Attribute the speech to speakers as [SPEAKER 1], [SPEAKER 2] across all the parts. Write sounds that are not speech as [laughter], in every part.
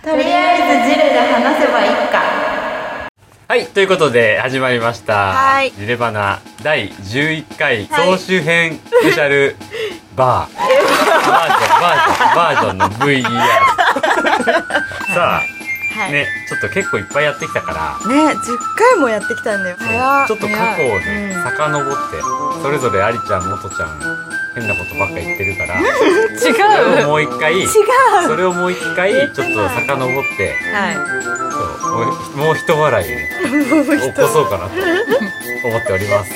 [SPEAKER 1] とりあえずジレで話せばいいか
[SPEAKER 2] はい、ということで始まりました。
[SPEAKER 1] はい
[SPEAKER 2] ジレバナ第11回
[SPEAKER 1] はい
[SPEAKER 2] 総集編スペシ
[SPEAKER 3] [laughs]
[SPEAKER 2] ャルバー。バージョン、バージョン、バージョン
[SPEAKER 3] [laughs]
[SPEAKER 2] の VER。さ
[SPEAKER 1] は
[SPEAKER 2] あ、ね、ちょっと結構いっぱいやってきたから、
[SPEAKER 3] ね10回もやってきたんだよ早
[SPEAKER 2] ちょっと過去
[SPEAKER 3] 早
[SPEAKER 2] をね
[SPEAKER 3] い、うん
[SPEAKER 2] 遡って、それぞれありちゃん、もとちゃん、変なことばっか言ってるから、
[SPEAKER 3] [laughs]
[SPEAKER 2] そ
[SPEAKER 3] 違
[SPEAKER 2] れをもう一回、
[SPEAKER 3] 違う
[SPEAKER 2] それをもう一回、
[SPEAKER 3] 言っ
[SPEAKER 2] ちょ
[SPEAKER 3] て
[SPEAKER 2] っ
[SPEAKER 3] ない
[SPEAKER 2] と遡って、
[SPEAKER 3] は
[SPEAKER 2] そうもうもう一笑いね、
[SPEAKER 3] いもう一
[SPEAKER 2] 起
[SPEAKER 3] 人
[SPEAKER 2] こそうかなと思っております。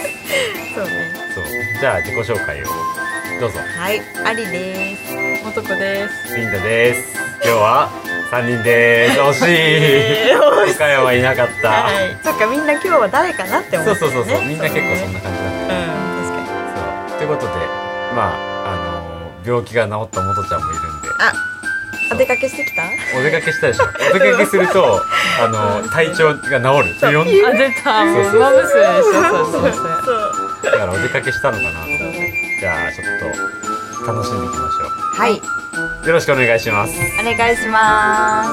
[SPEAKER 3] そうね
[SPEAKER 2] そうじゃあ自己紹介をどうぞ
[SPEAKER 1] はいありです
[SPEAKER 3] もとこです
[SPEAKER 2] リンダです今日は三人です惜しい、
[SPEAKER 3] えー
[SPEAKER 2] 岡山いなかった、
[SPEAKER 3] はいそっかみんな今日は誰かなって思
[SPEAKER 2] そう
[SPEAKER 3] って
[SPEAKER 2] そうそうそう、
[SPEAKER 3] ね
[SPEAKER 2] みんな結構そん
[SPEAKER 3] な
[SPEAKER 2] な感じなんだよ
[SPEAKER 3] うん確かに
[SPEAKER 2] そうということでまああのー病気が治った元ちゃんもいるんで
[SPEAKER 3] あお出かけしてきた
[SPEAKER 2] お出か
[SPEAKER 3] [laughs]
[SPEAKER 2] けしたでしょお出かけするとあのー体調が治るビヨン
[SPEAKER 4] あ出た
[SPEAKER 2] そう
[SPEAKER 4] も
[SPEAKER 2] そう
[SPEAKER 4] うまぶすそうそうそうそう
[SPEAKER 3] そう
[SPEAKER 2] だからお出かけしたのかなと思ってじゃあちょっと楽しんでいきまし
[SPEAKER 1] はい
[SPEAKER 2] ょうよろしくお願いします
[SPEAKER 1] お願いしま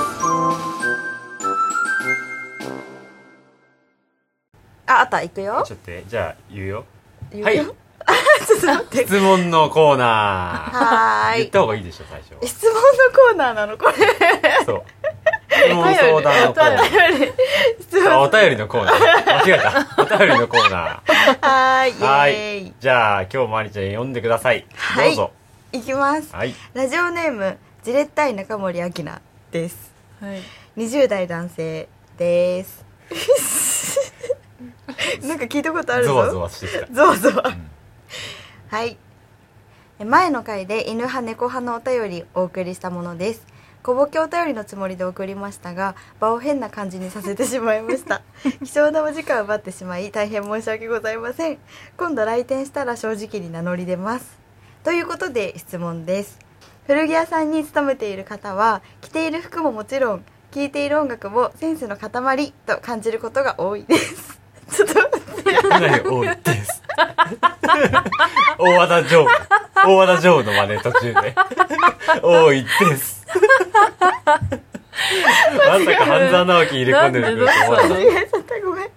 [SPEAKER 3] ああった行くよ
[SPEAKER 2] ちょっとねじゃあ言うよ
[SPEAKER 3] 言う
[SPEAKER 2] はい
[SPEAKER 3] よ [laughs] ちょっと待って
[SPEAKER 2] 質問のコーナー
[SPEAKER 3] はー
[SPEAKER 2] 言っ
[SPEAKER 3] い
[SPEAKER 2] た方がいいでしょ最
[SPEAKER 3] [laughs]
[SPEAKER 2] 初
[SPEAKER 3] 質問のコーナーなのこれ
[SPEAKER 2] [laughs] そう質問相談のコーナー
[SPEAKER 3] 頼り質
[SPEAKER 2] あ
[SPEAKER 3] 問
[SPEAKER 2] お便りのコーナー間違えたお便りのコーナ
[SPEAKER 3] はー [laughs] いイ
[SPEAKER 2] ーは
[SPEAKER 3] エー
[SPEAKER 2] いじゃあ今日もありちゃん読んでください
[SPEAKER 3] は
[SPEAKER 2] どう
[SPEAKER 3] い
[SPEAKER 2] ぞ
[SPEAKER 3] イいきます
[SPEAKER 2] はい
[SPEAKER 3] ラジオネームジレッタイ中森明菜です
[SPEAKER 4] はい
[SPEAKER 3] 20代男性です
[SPEAKER 2] [laughs]
[SPEAKER 3] なんか聞いたことあるぞ
[SPEAKER 2] ゾワゾワしてき [laughs] た
[SPEAKER 3] ゾワゾワはいえ前の回で犬派猫派のお便りお送りしたものです小ボケお便りのつもりで送りましたが場を変な感じにさせてしまいました貴重なお時間を奪ってしまい大変申し訳ございません今度来店したら正直に名乗り出ますということで質問です古着屋さんに勤めている方は着ている服ももちろん聴いている音楽もセンスの塊と感じることが多いです [laughs] ちょっと待って
[SPEAKER 2] かなり多いです [laughs] 大和田城大和田城の真似途中で多い
[SPEAKER 3] [laughs]
[SPEAKER 2] ですまさか半沢直樹入れ込んでると思わなかっ
[SPEAKER 3] 間違えちゃったごめんごめんな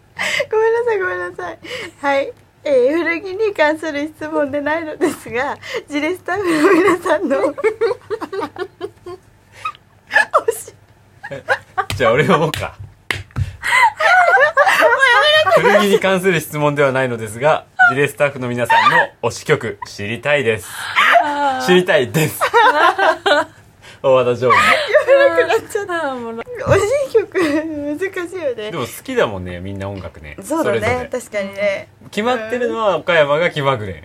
[SPEAKER 3] さいごめんなさいはい、えー、古着に関する質問でないのですがジレスタッフの皆さんの惜しい
[SPEAKER 2] たじゃあ俺読もうか古着に関する質問ではないのですが、ジレスタッフの皆さんの推し曲、知りたいです。知りたいです。大和田常務。
[SPEAKER 4] 暗くなっちゃったもう
[SPEAKER 3] 惜しい曲難しいよね
[SPEAKER 2] でも好きだもんね、みんな音楽ね。
[SPEAKER 3] そうだね
[SPEAKER 2] れぞれ
[SPEAKER 3] 確かにね
[SPEAKER 2] 決まってるのは岡山が気まぐれん。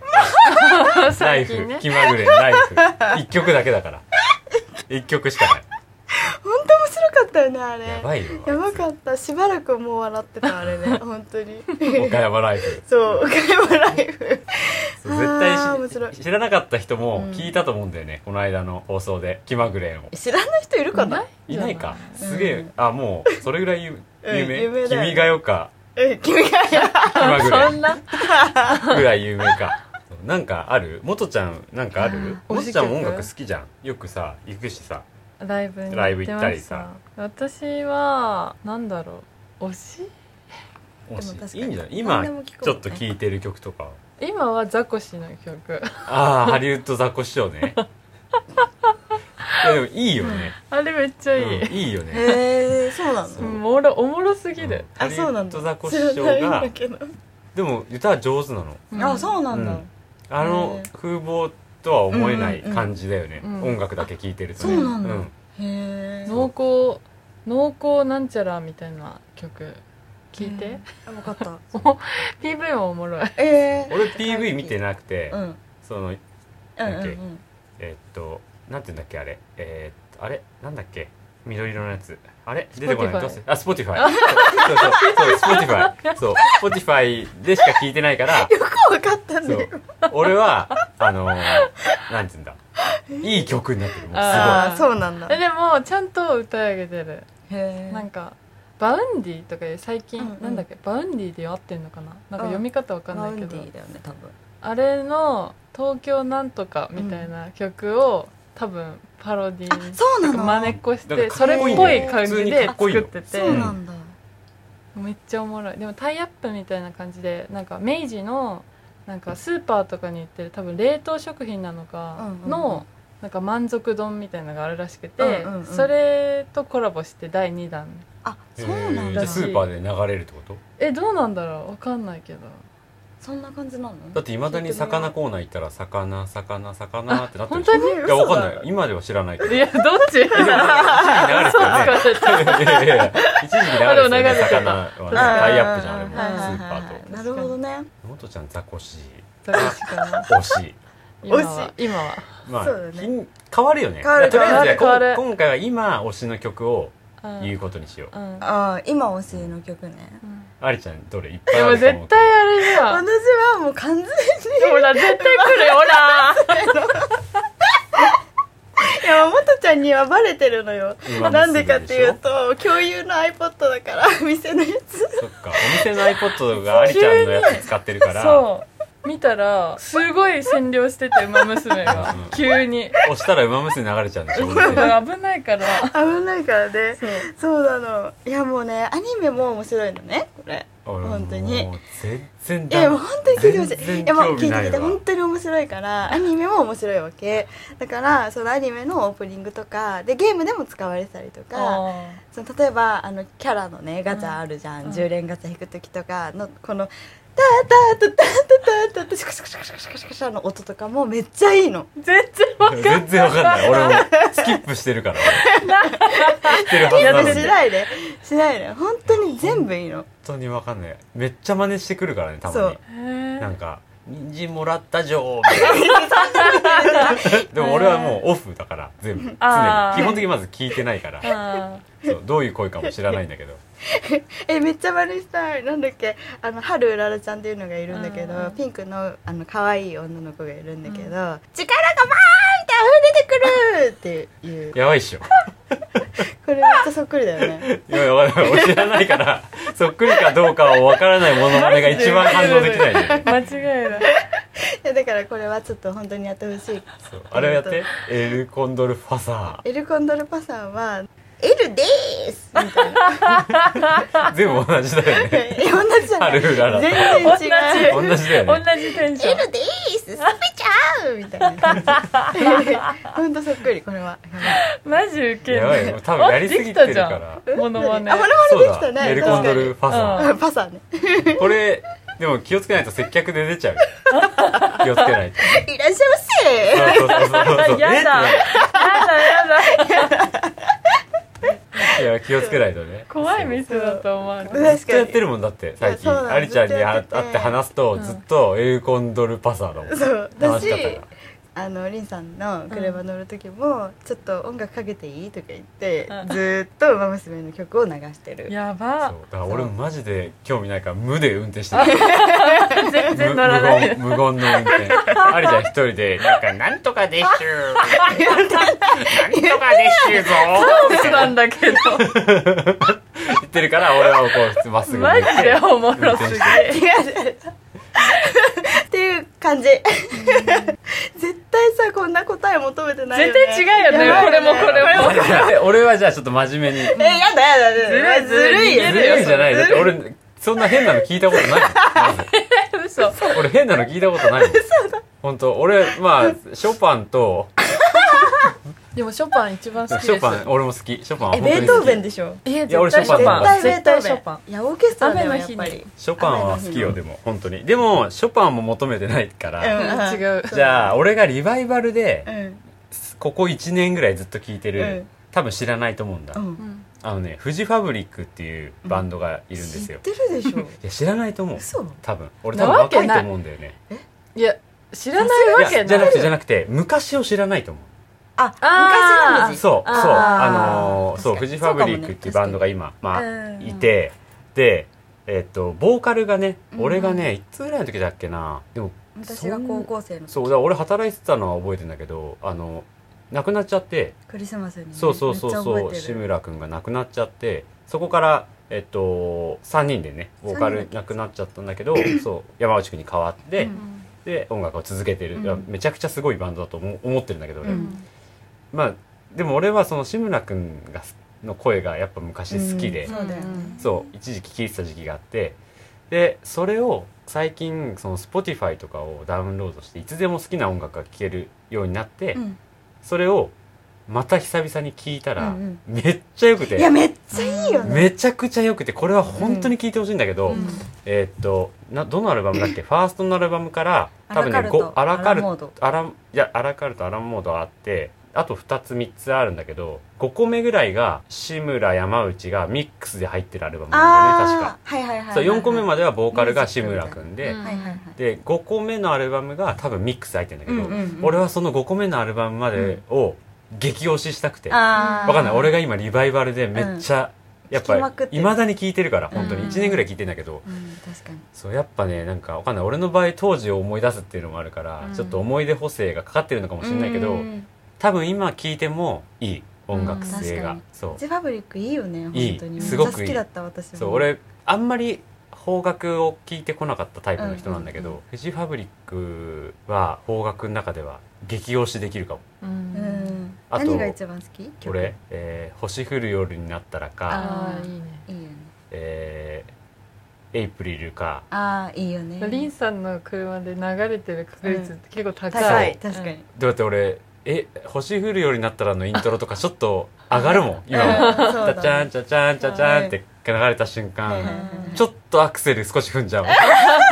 [SPEAKER 2] ライ
[SPEAKER 4] 最
[SPEAKER 2] フ
[SPEAKER 4] 近、ね
[SPEAKER 2] 気まぐれん、ライフ。一曲だけだから。一曲しかない。
[SPEAKER 3] 本当面白かったよねあれ
[SPEAKER 2] やばいよ。
[SPEAKER 3] やばかったしばらくもう笑ってたあれ [laughs] ね本当に
[SPEAKER 2] 岡山ライフ。
[SPEAKER 3] そう岡山ライフ
[SPEAKER 2] そう絶対
[SPEAKER 3] あー面白い
[SPEAKER 2] し知らなかった人も聞いたと思うんだよね、この間の放送で気まぐれんを
[SPEAKER 3] 知らない人いるかない
[SPEAKER 2] ないか
[SPEAKER 3] うん
[SPEAKER 2] すげえ、あもうそれぐらい有
[SPEAKER 3] うん
[SPEAKER 2] 有名,、
[SPEAKER 3] 有名だよね
[SPEAKER 2] 君が代か
[SPEAKER 3] え君が
[SPEAKER 2] 気まぐ
[SPEAKER 4] そ
[SPEAKER 2] れ
[SPEAKER 4] んな
[SPEAKER 2] ぐらい有名かそうなんかあるもとちゃんなんかある
[SPEAKER 4] あー
[SPEAKER 2] もとちゃんも音
[SPEAKER 4] 推し曲
[SPEAKER 2] 楽好きじゃんよくさ行くしさ
[SPEAKER 4] ライブに
[SPEAKER 2] ライブ行ったりさ
[SPEAKER 4] 行ってました私はなんだろう推し
[SPEAKER 2] もし
[SPEAKER 3] 確か
[SPEAKER 2] い
[SPEAKER 3] に
[SPEAKER 2] いんじゃない今
[SPEAKER 3] 何でも聞こう
[SPEAKER 2] ちょっと聴いてる曲とか
[SPEAKER 4] 今はザコシの曲 [laughs]
[SPEAKER 3] [laughs]
[SPEAKER 2] ああハリウッド雑魚師匠ねいやでもいいよね、
[SPEAKER 4] あれめっちゃ
[SPEAKER 2] う
[SPEAKER 4] いい、
[SPEAKER 2] ん、いいよね
[SPEAKER 3] へえー、そうなの
[SPEAKER 2] そ
[SPEAKER 4] お
[SPEAKER 2] う
[SPEAKER 4] もろおもろすぎる、
[SPEAKER 2] ハリウ
[SPEAKER 3] そうな
[SPEAKER 2] ッ
[SPEAKER 3] んだ
[SPEAKER 2] ド雑魚師匠が
[SPEAKER 3] けど
[SPEAKER 2] でも歌は上手なの
[SPEAKER 3] あそうなんだ、
[SPEAKER 2] うんあの
[SPEAKER 3] へー
[SPEAKER 2] 風貌とは思えない感じだよね、
[SPEAKER 4] うんうんうん
[SPEAKER 2] 音楽だけ聴いてると
[SPEAKER 3] そ
[SPEAKER 2] ね
[SPEAKER 3] うなんだ、
[SPEAKER 2] ん
[SPEAKER 3] へえ
[SPEAKER 4] 濃厚濃厚なんちゃらみたいな曲聞いて、
[SPEAKER 3] 分かった
[SPEAKER 4] PV もおもろい
[SPEAKER 3] ええ
[SPEAKER 2] 俺 PV 見てなくて、
[SPEAKER 3] うんうん
[SPEAKER 2] その
[SPEAKER 3] うん
[SPEAKER 2] オッケー
[SPEAKER 3] うん
[SPEAKER 2] えーっとなんていうんだっけあれえーっとあれなんだっけ緑色のやつあれ出てこない
[SPEAKER 4] Spotify
[SPEAKER 2] どうせあスポティファイそうそうそうスポティファイそうスポティファイでしか聞いてないから
[SPEAKER 3] よく分かった
[SPEAKER 2] そ
[SPEAKER 3] ね
[SPEAKER 2] う俺はあのー、なんていうんだいい曲になってるもうす
[SPEAKER 4] あ
[SPEAKER 3] [laughs] ああそうなんだ
[SPEAKER 4] えでもちゃんと歌い上げてる
[SPEAKER 3] へ
[SPEAKER 4] なん
[SPEAKER 3] え
[SPEAKER 4] かバウンディとかいう最近、
[SPEAKER 3] うんうん
[SPEAKER 4] なんだっけバウンディで合ってんのかななんか読み方わかん
[SPEAKER 3] マ
[SPEAKER 4] な
[SPEAKER 3] ウ
[SPEAKER 4] い
[SPEAKER 3] ン
[SPEAKER 4] け
[SPEAKER 3] デ
[SPEAKER 4] ど
[SPEAKER 3] ィだよね多分
[SPEAKER 4] あれの「東京なんとか」みたいな曲を多分パロディ
[SPEAKER 3] あそうなの
[SPEAKER 4] 真似っこし
[SPEAKER 2] なん
[SPEAKER 4] て
[SPEAKER 2] か
[SPEAKER 4] そ
[SPEAKER 2] かっ
[SPEAKER 4] れっ
[SPEAKER 2] こいいん
[SPEAKER 4] ぽ
[SPEAKER 2] だよ
[SPEAKER 4] い
[SPEAKER 2] ね
[SPEAKER 4] 感
[SPEAKER 2] 普通
[SPEAKER 4] じ
[SPEAKER 2] に
[SPEAKER 4] で
[SPEAKER 2] かっこいい
[SPEAKER 4] 作
[SPEAKER 2] よ
[SPEAKER 4] ってて
[SPEAKER 3] そうなんだ、
[SPEAKER 4] めっちゃおもろいでもタイアップみたいな感じでなんか明治のなんかスーパーとかに行ってる多分冷凍食品なのか
[SPEAKER 3] うんうんうん
[SPEAKER 4] のなんか満足丼みたいなのがあるらしくて、
[SPEAKER 3] うんうんうん
[SPEAKER 4] それとコラボして第2弾
[SPEAKER 3] あ
[SPEAKER 2] へ
[SPEAKER 3] そう
[SPEAKER 2] ー
[SPEAKER 3] なん
[SPEAKER 2] じ
[SPEAKER 3] だ
[SPEAKER 2] ゃあスーパーで流れるってこと
[SPEAKER 4] えどうなんだろうわかんないけど
[SPEAKER 3] そんな感じなの
[SPEAKER 2] だっていまだに魚コーナー行ったら魚魚魚ってなってる
[SPEAKER 4] 本
[SPEAKER 2] でしょ
[SPEAKER 4] 当に
[SPEAKER 2] いやわかんない今では知らないけど
[SPEAKER 4] いやどっち [laughs]
[SPEAKER 2] 一時期流れてたよね
[SPEAKER 4] 疲れた
[SPEAKER 2] いやいやいや一時期流れてたよね魚はね
[SPEAKER 4] 流れてた
[SPEAKER 2] タイアップじゃんあれもス
[SPEAKER 3] はいはいはい
[SPEAKER 2] ーパー
[SPEAKER 3] なるほどね
[SPEAKER 2] とのとちゃんザコシ
[SPEAKER 4] ザコシかな
[SPEAKER 2] 惜しい
[SPEAKER 4] 今
[SPEAKER 3] 惜し
[SPEAKER 4] は今は
[SPEAKER 2] まあ
[SPEAKER 3] そうだね
[SPEAKER 2] 品変わるよね
[SPEAKER 3] 変わる
[SPEAKER 2] いやとりあえずじゃあ
[SPEAKER 4] 変わる
[SPEAKER 2] こん今回は今推しの曲を
[SPEAKER 4] うん
[SPEAKER 2] 言うことにしよう
[SPEAKER 4] うん
[SPEAKER 3] ああ今推しの曲ね
[SPEAKER 4] うん
[SPEAKER 2] ありちゃんどれいっぱい
[SPEAKER 4] で
[SPEAKER 2] あ
[SPEAKER 4] も
[SPEAKER 2] ると思う
[SPEAKER 4] 絶対あれじゃん
[SPEAKER 3] 私はもう完全に
[SPEAKER 2] [laughs]
[SPEAKER 4] ほら絶対来るよほら
[SPEAKER 3] 山本ちゃんにはバレてるのよ
[SPEAKER 2] 今もうすぐでしょ
[SPEAKER 3] なんでかっていうと共有の iPod だから店のやつ
[SPEAKER 2] そっかお店の iPod がありちゃんのやつ使ってるから
[SPEAKER 4] そう見たらすごい占領してて馬娘が
[SPEAKER 2] うん
[SPEAKER 4] 急に
[SPEAKER 2] 押したら馬娘流れちゃうんでしょお店
[SPEAKER 4] だから危ないから
[SPEAKER 3] 危ないからね
[SPEAKER 4] そう
[SPEAKER 3] そうなのいやもうねアニメも面白いのねこれ
[SPEAKER 2] 俺
[SPEAKER 3] 本当に
[SPEAKER 2] もう全然
[SPEAKER 3] いやもう
[SPEAKER 2] だ
[SPEAKER 3] 本当に聞いてほしい
[SPEAKER 2] 全然
[SPEAKER 3] いやもう
[SPEAKER 2] 興味
[SPEAKER 3] 聞いて
[SPEAKER 2] な
[SPEAKER 3] 聞
[SPEAKER 2] い
[SPEAKER 3] い
[SPEAKER 2] わ
[SPEAKER 3] て本当に面白いからアニメも面白いわけだからそのアニメのオープニングとかでゲームでも使われてたりとか
[SPEAKER 4] あ
[SPEAKER 3] その例えばあのキャラのねガチャあるじゃん、
[SPEAKER 4] うん
[SPEAKER 3] 10連ガチャ引く時とかのこの「タタタタタタタタシャカシャカシャカシャカシャカシャカシャ」の音とかもめっちゃいいの
[SPEAKER 4] 全然わかんない
[SPEAKER 2] 全然わかんない俺もスキップしてるから俺知ってるはず
[SPEAKER 3] い
[SPEAKER 2] な
[SPEAKER 3] や
[SPEAKER 2] の
[SPEAKER 3] で
[SPEAKER 2] に
[SPEAKER 3] し
[SPEAKER 2] 本
[SPEAKER 3] ないでしないで本当に全部いいの
[SPEAKER 2] 当にわかんないめっちゃ真似してくるからねた
[SPEAKER 3] そ
[SPEAKER 2] ま
[SPEAKER 3] う
[SPEAKER 4] へ
[SPEAKER 2] に
[SPEAKER 4] ー
[SPEAKER 2] なんか「人参もらったじょ」みたいなでも俺はもうオフだから全部常に
[SPEAKER 4] あー
[SPEAKER 2] 基本的にまず聞いてないから
[SPEAKER 4] あ
[SPEAKER 2] そうどういう声かも知らないんだけど
[SPEAKER 3] えめっちゃ真似したいなんだっけあの春うららちゃんっていうのがいるんだけど、
[SPEAKER 4] うん
[SPEAKER 3] ピンクのあの可愛い女の子がいるんだけど、
[SPEAKER 4] うん
[SPEAKER 3] 力がバーンって溢れてくるっていう
[SPEAKER 2] やばいっしょ
[SPEAKER 3] これめっちゃそっくりだよね [laughs]
[SPEAKER 2] いやいやわかんない俺知らないからそっくりかどうかをわからないものまねが一番反応できないんだよね
[SPEAKER 4] ー間違いない
[SPEAKER 3] いやだからこれはちょっと本当にやってほしい
[SPEAKER 2] そうあれをやって「エルコンドルファサ
[SPEAKER 3] エルコンドルパさんは「エルでーす!」みたいな
[SPEAKER 2] ー」全部同じだよね [laughs]
[SPEAKER 3] いや同じじゃない
[SPEAKER 2] 春うらら
[SPEAKER 3] 全
[SPEAKER 4] 同じ
[SPEAKER 3] 然違う
[SPEAKER 2] 同じだよね
[SPEAKER 4] 同じテンショ
[SPEAKER 3] エ
[SPEAKER 4] ン
[SPEAKER 3] ルでーすスペちゃうみたいな感
[SPEAKER 2] [laughs]
[SPEAKER 3] じ本当そっくりこれは
[SPEAKER 4] マジウケる
[SPEAKER 2] やばいよ多分やりすぎてるから
[SPEAKER 4] [laughs] モノマネ
[SPEAKER 3] あモノマネできたね
[SPEAKER 2] エルコンドルファ
[SPEAKER 4] 確
[SPEAKER 2] サ
[SPEAKER 3] うんパさんね
[SPEAKER 2] ーこれでも気をつけないと接客で出 [laughs] ちゃう気をつけないと
[SPEAKER 3] いらっしゃいませ
[SPEAKER 2] そうそうそうそうそう
[SPEAKER 4] やだやだやだ
[SPEAKER 2] えいや気をつけないとね
[SPEAKER 4] 怖い店だと思われ
[SPEAKER 3] そう
[SPEAKER 4] る
[SPEAKER 2] ずっとやってるもんだって最
[SPEAKER 3] いやそうな
[SPEAKER 2] 近
[SPEAKER 3] の
[SPEAKER 2] ありちゃんに
[SPEAKER 3] ずっとや
[SPEAKER 2] 会
[SPEAKER 3] っ
[SPEAKER 2] って
[SPEAKER 3] て
[SPEAKER 2] 会って話すと
[SPEAKER 4] ん
[SPEAKER 2] ずっとエルコンドルパサーだもん
[SPEAKER 3] そうだ
[SPEAKER 2] 話
[SPEAKER 3] し
[SPEAKER 2] し方が
[SPEAKER 3] あのリンさんの車乗る時も、ちょっと音楽かけていいとか言って、
[SPEAKER 4] うん
[SPEAKER 3] ずーっと「ウマ娘」の曲を流してる
[SPEAKER 4] や
[SPEAKER 2] そう
[SPEAKER 4] ば
[SPEAKER 2] だから俺マジで興味ないから無で運転してる
[SPEAKER 4] 全
[SPEAKER 2] 無
[SPEAKER 4] 然乗らない
[SPEAKER 2] 無言無言の運転 [laughs] ありちゃん一人でなんかなんとかでしゅーなんとかでしゅーぞーって
[SPEAKER 4] なんだけど
[SPEAKER 2] 言ってるから俺はこう普通まっすぐ向い
[SPEAKER 4] マ
[SPEAKER 2] て
[SPEAKER 4] ジでおもろすぎ
[SPEAKER 3] 違う違う [laughs] っていう感じ絶対さこんな答え求めてないよ
[SPEAKER 4] 絶
[SPEAKER 3] ね
[SPEAKER 4] 対違うよね
[SPEAKER 3] やばい
[SPEAKER 4] これもこれも
[SPEAKER 2] いやいや俺はじゃあちょっと真面目に
[SPEAKER 3] えやだやだやだ
[SPEAKER 4] ずるい
[SPEAKER 3] いよ
[SPEAKER 2] ずるいじゃないだって
[SPEAKER 3] ずる
[SPEAKER 2] 俺そんな変なの聞いたことないまず
[SPEAKER 4] 嘘
[SPEAKER 2] 俺変なの聞いたことないもん本当俺まあショパンと
[SPEAKER 4] でもショパン一番好きです
[SPEAKER 2] ショパン俺も好きショパンは
[SPEAKER 3] え
[SPEAKER 2] 本
[SPEAKER 3] ベー
[SPEAKER 2] 当に
[SPEAKER 3] トー
[SPEAKER 2] 好
[SPEAKER 3] ベン
[SPEAKER 2] き
[SPEAKER 3] でしょ
[SPEAKER 4] え
[SPEAKER 2] いや俺ショパンの方が
[SPEAKER 4] 絶対絶対ショパ
[SPEAKER 3] い
[SPEAKER 4] ン
[SPEAKER 3] やオーケストラでも
[SPEAKER 4] 雨の
[SPEAKER 3] やっ
[SPEAKER 4] 日に
[SPEAKER 3] ぱり
[SPEAKER 2] ショパンは好きよでも本当にでもショパンも求めてないから、
[SPEAKER 3] うん
[SPEAKER 4] 違う
[SPEAKER 2] じゃあ俺がリバイバルで
[SPEAKER 3] うん
[SPEAKER 2] ここ1年ぐらいずっと聴いてる、
[SPEAKER 3] うん
[SPEAKER 2] 多分知らないと思うんだ、
[SPEAKER 3] うん
[SPEAKER 2] あのねフジファブリックっていうバンドがいるんですよ、
[SPEAKER 3] 知ってるでしょ
[SPEAKER 2] いや知らないと思う
[SPEAKER 3] 嘘
[SPEAKER 2] 多分俺
[SPEAKER 4] な
[SPEAKER 2] 多分
[SPEAKER 4] わけ
[SPEAKER 2] 若い
[SPEAKER 4] ない
[SPEAKER 2] と思うんだよね
[SPEAKER 4] いや知らないわ
[SPEAKER 2] い
[SPEAKER 4] け
[SPEAKER 2] やじゃ
[SPEAKER 4] な
[SPEAKER 2] なく
[SPEAKER 4] い
[SPEAKER 2] てじゃなくて昔を知らないと思う
[SPEAKER 3] あ
[SPEAKER 4] あー
[SPEAKER 3] 昔の
[SPEAKER 2] そう
[SPEAKER 3] 味
[SPEAKER 2] そう
[SPEAKER 4] あー
[SPEAKER 2] あのーそう
[SPEAKER 3] 確か
[SPEAKER 2] フ
[SPEAKER 3] に
[SPEAKER 2] ジファブリックっていうバンドが今、ま
[SPEAKER 3] う
[SPEAKER 2] [laughs] あ、
[SPEAKER 3] ん
[SPEAKER 2] いてでえっとボーカルがね
[SPEAKER 3] うん
[SPEAKER 2] 俺がねいつぐらいの時だっけなでも
[SPEAKER 3] 私が高校生の
[SPEAKER 2] そうだから俺働いてたのは覚えてんだけどあの亡くなっちゃって
[SPEAKER 3] クリスマスにね、
[SPEAKER 2] そうそうそう
[SPEAKER 3] めっちゃ
[SPEAKER 2] そう
[SPEAKER 3] 覚えてる
[SPEAKER 2] 志村君が亡くなっちゃってそこからえっと3人でねボーカ
[SPEAKER 3] 三
[SPEAKER 2] ル
[SPEAKER 3] 人
[SPEAKER 2] 亡くなっちゃったんだけどそう山内君に代わって、
[SPEAKER 3] う
[SPEAKER 4] うん
[SPEAKER 2] で音楽を続けてる、
[SPEAKER 3] うん
[SPEAKER 2] いやめちゃくちゃすごいバンドだと思思ってるんだけど俺、
[SPEAKER 3] うん
[SPEAKER 4] ん
[SPEAKER 2] まあでも俺はその志村くんがの声がやっぱ昔好きで、
[SPEAKER 3] うんそうだよね
[SPEAKER 2] そう一時期聴いてた時期があってでそれを最近その Spotify とかをダウンロードしていつでも好きな音楽が聴けるようになって、
[SPEAKER 3] うん
[SPEAKER 2] それをまた久々に聴いたら、
[SPEAKER 3] うん
[SPEAKER 2] めっちゃよくて
[SPEAKER 3] いやめっちゃいいよね、
[SPEAKER 2] めちゃくちゃよくてこれは本当に聴いてほしいんだけど、
[SPEAKER 3] うん
[SPEAKER 2] えーっとなどのアルバムだっけファーストのアルバムから多分ねごア
[SPEAKER 1] ア
[SPEAKER 2] ラ
[SPEAKER 1] ラ
[SPEAKER 2] カ
[SPEAKER 1] カ
[SPEAKER 2] ル
[SPEAKER 1] ル
[SPEAKER 2] ト
[SPEAKER 1] ト
[SPEAKER 2] アラいやアラカルトアラモードがあってあと2つ3つあるんだけど5個目ぐらいが志村山内がミックスで入ってるアルバムなんだよね確
[SPEAKER 3] あ
[SPEAKER 2] か、
[SPEAKER 3] あはいはいはいはい
[SPEAKER 2] そう4個目まではボーカルが志村くんで、
[SPEAKER 4] うん
[SPEAKER 3] はいはいはい
[SPEAKER 2] で5個目のアルバムが多分ミックス入ってるんだけど、
[SPEAKER 1] うんうんうん
[SPEAKER 2] 俺はその5個目のアルバムまでを激推ししたくて、わ
[SPEAKER 3] あー
[SPEAKER 2] かんない俺が今リバイバルでめっちゃ、やっ
[SPEAKER 3] 聞きま
[SPEAKER 2] ぱ
[SPEAKER 3] くって
[SPEAKER 2] り
[SPEAKER 3] る
[SPEAKER 2] いまだに聴いてるから本当
[SPEAKER 4] う
[SPEAKER 2] に
[SPEAKER 4] ん
[SPEAKER 2] 1年ぐらい聴いてんだけど、
[SPEAKER 3] うん確かに
[SPEAKER 2] そうやっぱねなんかわかんない俺の場合当時を思い出すっていうのもあるから、
[SPEAKER 4] うん
[SPEAKER 2] ちょっと思い出補正がかかってるのかもしれないけど、
[SPEAKER 3] うん
[SPEAKER 2] 多分今聴いてもいい音楽性が、
[SPEAKER 3] うん確
[SPEAKER 2] そ
[SPEAKER 3] ジェファブリックいいよね
[SPEAKER 2] いい
[SPEAKER 3] 本当に
[SPEAKER 2] すごくいい
[SPEAKER 3] めっちゃ好きだった私
[SPEAKER 2] う
[SPEAKER 3] も
[SPEAKER 2] そう俺あんまり邦楽を聴いてこなかったタイプの人なんだけど、
[SPEAKER 3] うんうん
[SPEAKER 2] フジファブリックは邦楽の中では激推しできるかも
[SPEAKER 4] う
[SPEAKER 3] うんん
[SPEAKER 2] あと
[SPEAKER 3] 何が一番好き曲
[SPEAKER 2] 俺、えー星降る夜になったらか
[SPEAKER 4] ああいいね
[SPEAKER 3] いいよね
[SPEAKER 2] えーエイプリルか
[SPEAKER 3] ああいいよね
[SPEAKER 4] リンさんの車で流れてる確率って結構高い、
[SPEAKER 3] 高い
[SPEAKER 4] うん
[SPEAKER 3] 確かに
[SPEAKER 2] だって俺え星降るようになったらのイントロとかちょっと上がるもん今も
[SPEAKER 3] うんそうだね
[SPEAKER 2] チャチャンチャチャンチャチャンって流れた瞬間、
[SPEAKER 3] はいはいはい
[SPEAKER 2] ちょっとアクセル少し踏んじゃう